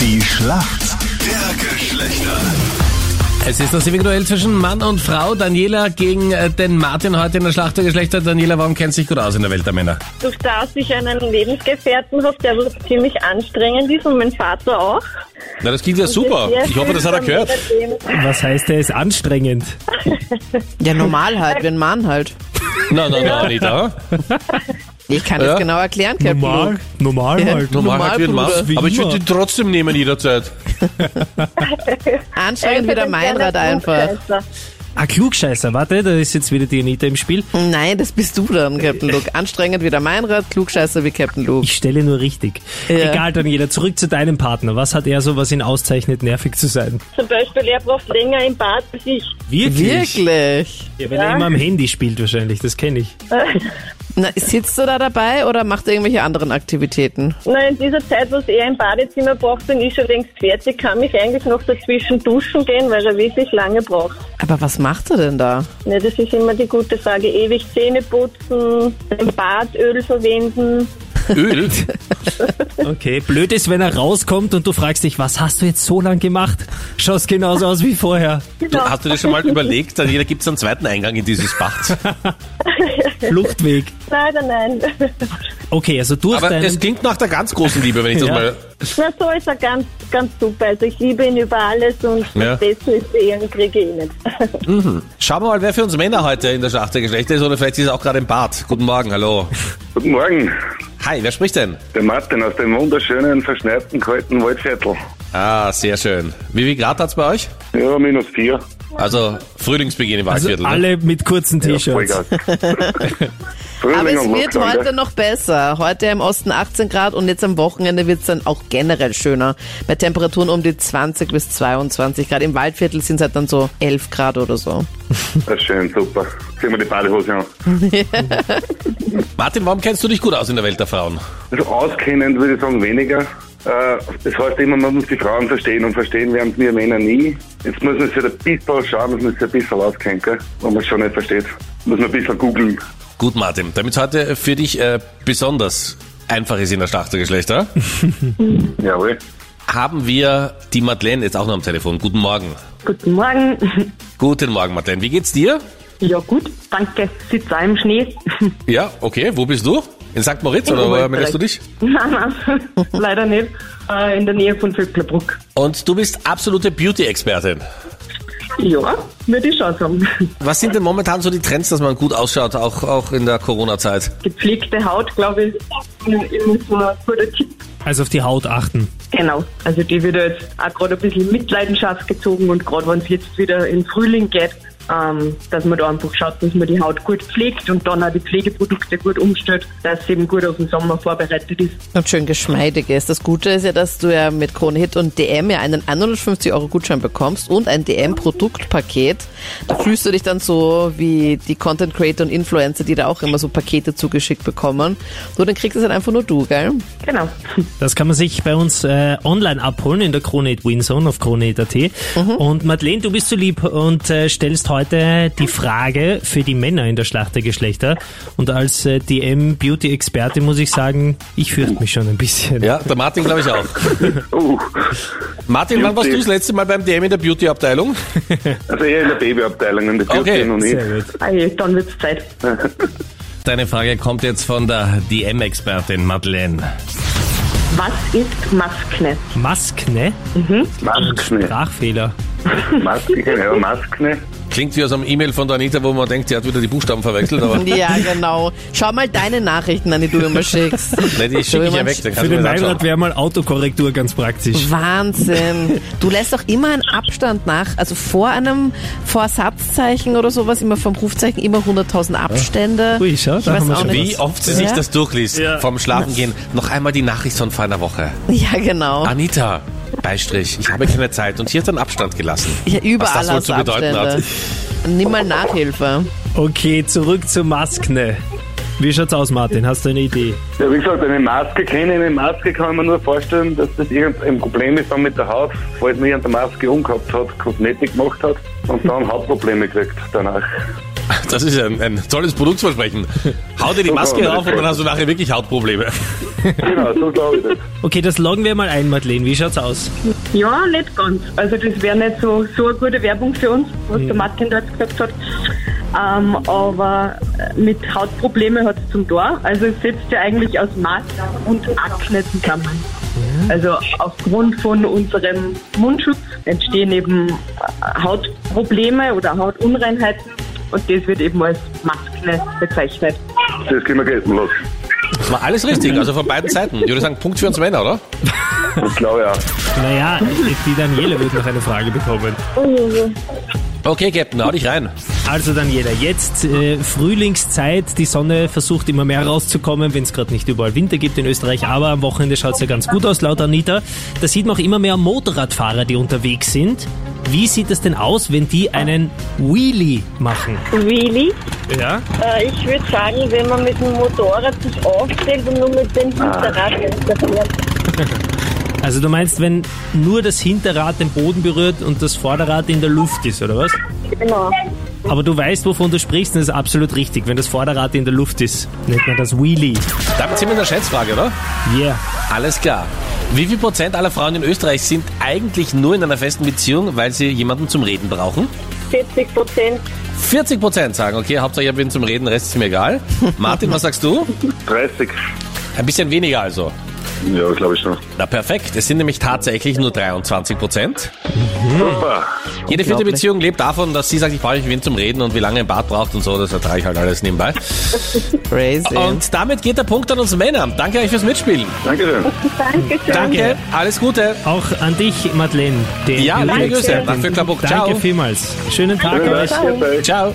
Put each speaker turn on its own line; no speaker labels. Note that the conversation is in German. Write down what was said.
Die Schlacht der Geschlechter.
Es ist das ewige Duell zwischen Mann und Frau. Daniela gegen äh, den Martin heute in der Schlacht der Geschlechter. Daniela, warum kennt sich gut aus in der Welt der Männer?
Durch das ich einen Lebensgefährten habe, der ziemlich anstrengend ist und mein Vater auch.
Na, das klingt ja super.
Sehr
Ich hoffe,
viel
das hat er
von
gehört.
jedem.
Was heißt, er ist anstrengend?
Ja, normal halt, wie ein Mann halt.
Na, na, na, Anita.
Ich kann
Ja.
das genau erklären, Captain
Normal,
Luke.
normal
Ja.
halt.
Normal halt wie ein Mann.
Normalpuder.
Wie
Aber ich
immer.
würde ihn trotzdem nehmen jederzeit.
Anscheinend wieder Meinrad einfach.
Ah, Klugscheißer, warte, da ist jetzt wieder die Anita im Spiel.
Nein, das bist du dann, Captain Luke. Anstrengend wie der Meinrad, klugscheißer wie Captain Luke.
Ich stelle nur richtig.
Ja.
Egal, Daniela, zurück zu deinem Partner. Was hat er so, was ihn auszeichnet, nervig zu sein?
Zum Beispiel, er braucht länger im Bad als ich.
Wirklich?
Ja, weil er immer am Handy spielt wahrscheinlich, das kenne ich.
Na, sitzt du da dabei oder macht er irgendwelche anderen Aktivitäten?
Na, in dieser Zeit, was er im Badezimmer braucht, bin ich schon längst fertig, kann mich eigentlich noch dazwischen duschen gehen, weil er wirklich lange braucht.
Aber was macht er denn da?
Ne, das ist immer die gute Frage. Ewig Zähne putzen, im Bad Öl verwenden.
Öl?
Okay, blöd ist, wenn er rauskommt und du fragst dich, was hast du jetzt so lang gemacht? Schaust genauso aus wie vorher.
Du, hast du dir schon mal überlegt, Daniela, gibt es einen zweiten Eingang in dieses Bad?
Fluchtweg.
Leider nein.
Okay, also durch
Aber
deinen...
es klingt nach der ganz großen Liebe, wenn ich das
Ja.
mal...
Na, so ist er ganz, ganz super. Also ich liebe ihn über alles und
Ja.
das Beste ist, Ehen kriege ich ihn nicht.
Schauen wir mal, wer für uns Männer heute in der Schlacht der Geschlechter ist oder vielleicht ist er auch gerade im Bad. Guten Morgen, hallo.
Guten Morgen,
Hi, wer spricht denn?
der Martin aus dem wunderschönen, verschneiten, kalten Waldviertel.
Ah, sehr schön. Wie viel Grad hat's bei euch?
Ja, minus vier.
Also Frühlingsbeginn im
also
Waldviertel. ne?
alle mit kurzen
Ja,
T-Shirts.
Vollgas.
Aber
Frühling
es
und
wird
Lockdown,
heute
gell?
noch besser. Heute im Osten 18 Grad und jetzt am Wochenende wird es dann auch generell schöner. Bei Temperaturen um die 20 bis 22 Grad. Im Waldviertel sind es halt dann so 11 Grad oder so.
Ja, schön, super. Ziehen wir die Badehose an.
Martin, warum kennst du dich gut aus in der Welt der Frauen?
Also auskennend würde ich sagen, weniger. Äh, Das heißt immer, man muss die Frauen verstehen und verstehen werden wir Männer nie. Jetzt muss man sich ein bisschen schauen, dass man sich ein bisschen auskennt, gell? wenn man es schon nicht versteht. Muss man ein bisschen googeln.
Gut, Martin, damit heute für dich äh, besonders einfach ist in der Schlacht der Geschlechter,
Jawohl.
haben wir die Madeleine jetzt auch noch am Telefon. Guten Morgen.
Guten Morgen.
Guten Morgen, Madeleine. Wie geht's dir?
Ja gut, danke. Sitz auch im Schnee.
Ja, okay. Wo bist du? In St. Moritz oder wo meldest du dich?
Nein, nein, leider nicht. Äh, in der Nähe von Vöcklerbruck.
Und du bist absolute Beauty-Expertin.
Ja, würde ich schon sagen.
Was sind denn momentan so die Trends, dass man gut ausschaut, auch, auch in der Corona-Zeit?
Gepflegte Haut, glaube ich, ist immer so ein guter Tipp.
Also auf die Haut achten.
Genau, also die wird jetzt auch gerade ein bisschen in Mitleidenschaft gezogen und gerade wenn es jetzt wieder in Frühling geht, ähm, dass man da einfach schaut, dass man die Haut gut pflegt und dann auch die Pflegeprodukte gut umstellt, dass sie eben gut auf den Sommer vorbereitet ist.
Und schön geschmeidig ist. Das Gute ist ja, dass du ja mit Krone Hit und DM ja einen 150 Euro Gutschein bekommst und ein DM-Produktpaket. Da fühlst du dich dann so wie die Content Creator und Influencer, die da auch immer so Pakete zugeschickt bekommen. So, dann kriegst du es halt einfach nur du, gell?
Genau.
Das kann man sich bei uns äh, online abholen in der Kronehit Winson auf kronehit.at. Und Madeleine, du bist so lieb und äh, stellst heute die Frage für die Männer in der Schlacht der Geschlechter. Und als äh, DM-Beauty-Experte muss ich sagen, ich fürchte mich schon ein bisschen.
Ja, der Martin glaube ich auch.
Uh,
Martin, wann warst du
Beauty.
das letzte Mal beim DM in der Beauty-Abteilung?
also eher in der Babyabteilung, in der Beauty
Okay,
noch nie.
Sehr gut.
Ah je, dann wird's Zeit.
Deine Frage kommt jetzt von der DM-Expertin Madeleine.
Was ist Maskne?
Maskne?
Masken,
Sprachfehler.
Masken, ja, Masken.
Klingt wie aus einem E-Mail von der Anita, wo man denkt, sie hat wieder die Buchstaben verwechselt, aber nicht,
Ja, genau. Schau mal deine Nachrichten an, die du immer schickst.
die schicke ich ja weg. Dann
Für
kannst du
den
mir das
Meinrad
anschauen.
wäre mal Autokorrektur ganz praktisch.
Wahnsinn. Du lässt doch immer einen Abstand nach, also vor einem Vorsatzzeichen oder sowas, immer vom Rufzeichen, immer 100.000 Abstände.
Ui, schau,
ich
da haben
weiß
wir
auch
schon
nicht.
Wie oft sie sich
Ja.
das durchliest,
Ja.
vom Schlafengehen. Noch einmal die Nachricht von vor einer Woche.
Ja, genau.
Anita, Beistrich, ich habe keine Zeit und hier ist ein Abstand gelassen.
Ja, überall
Was das wohl
hast
zu
du
bedeuten
Abstände.
hat. Oh,
Nimm mal Nachhilfe.
Okay, zurück zu Maskne. Wie schaut's aus, Martin? Hast du eine Idee?
Ja, wie gesagt, eine Maske kenne ich. Eine Maske kann ich mir nur vorstellen, dass das irgendein Problem ist dann mit der Haut, falls man irgendeine Maske umgehabt hat, Kosmetik gemacht hat und dann Hautprobleme kriegt danach.
Das ist ein, ein tolles Produktversprechen. Hau dir die Maske rauf und dann hast du nachher wirklich Hautprobleme.
Genau, so glaube ich das.
Okay, das loggen wir mal ein, Madeleine. Wie schaut's aus?
Ja, nicht ganz. Also das wäre nicht so, so eine gute Werbung für uns, was der Martin da jetzt gesagt hat. Ähm, aber äh, mit Hautprobleme hat es zum Tor. Also es setzt ja eigentlich aus Maß und Akne zusammen. Also aufgrund von unserem Mundschutz entstehen eben äh, Hautprobleme oder Hautunreinheiten und das wird eben als Maskne bezeichnet.
Das können wir gelten lassen.
Das war alles richtig, also von beiden Seiten. Ich würde sagen, Punkt für uns Männer, oder?
Das glaube ich auch.
Naja, die Daniela wird noch eine Frage bekommen.
Okay, Captain, hau dich rein.
Also Daniela, jetzt äh, Frühlingszeit, die Sonne versucht immer mehr rauszukommen, wenn es gerade nicht überall Winter gibt in Österreich, aber am Wochenende schaut's ja ganz gut aus, laut Anita. Da sieht man auch immer mehr Motorradfahrer, die unterwegs sind. Wie sieht es denn aus, wenn die einen Wheelie machen?
Willi,
Ja?
äh, ich würde sagen, wenn man mit dem Motorrad sich aufstellt und nur mit dem Hinterrad hinterfährt.
Also du meinst, wenn nur das Hinterrad den Boden berührt und das Vorderrad in der Luft ist, oder was?
Genau.
Aber du weißt, wovon du sprichst, und das ist absolut richtig. Wenn das Vorderrad in der Luft ist, nennt man das Wheelie.
Damit sind wir in der Schätzfrage, oder?
Yeah.
Alles klar. Wie viel Prozent aller Frauen in Österreich sind eigentlich nur in einer festen Beziehung, weil sie jemanden zum Reden brauchen?
40 Prozent.
40 Prozent sagen, okay, Hauptsache ich habe wen zum Reden, Rest ist mir egal. Martin, was sagst du?
30.
Ein bisschen weniger also.
Ja, glaube ich schon.
Na perfekt, es sind nämlich tatsächlich nur 23 Prozent.
Super.
Jede vierte
Unglaublich.
Beziehung lebt davon, dass sie sagt, ich brauche nicht wen zum Reden und wie lange ein Bad braucht und so, das ertrage ich halt alles nebenbei. oh,
Crazy.
Und damit geht der Punkt an uns Männer. Danke euch fürs Mitspielen.
Dankeschön.
Dankeschön.
Danke, alles Gute.
Auch an dich, Madeleine. Der
Ja, liebe Grüße.
Jury-Expertin.
Mach für Klabuk.
Danke
Ciao.
vielmals. Schönen Tag
Schönen
euch.
Tag. Grüß euch.
Ciao.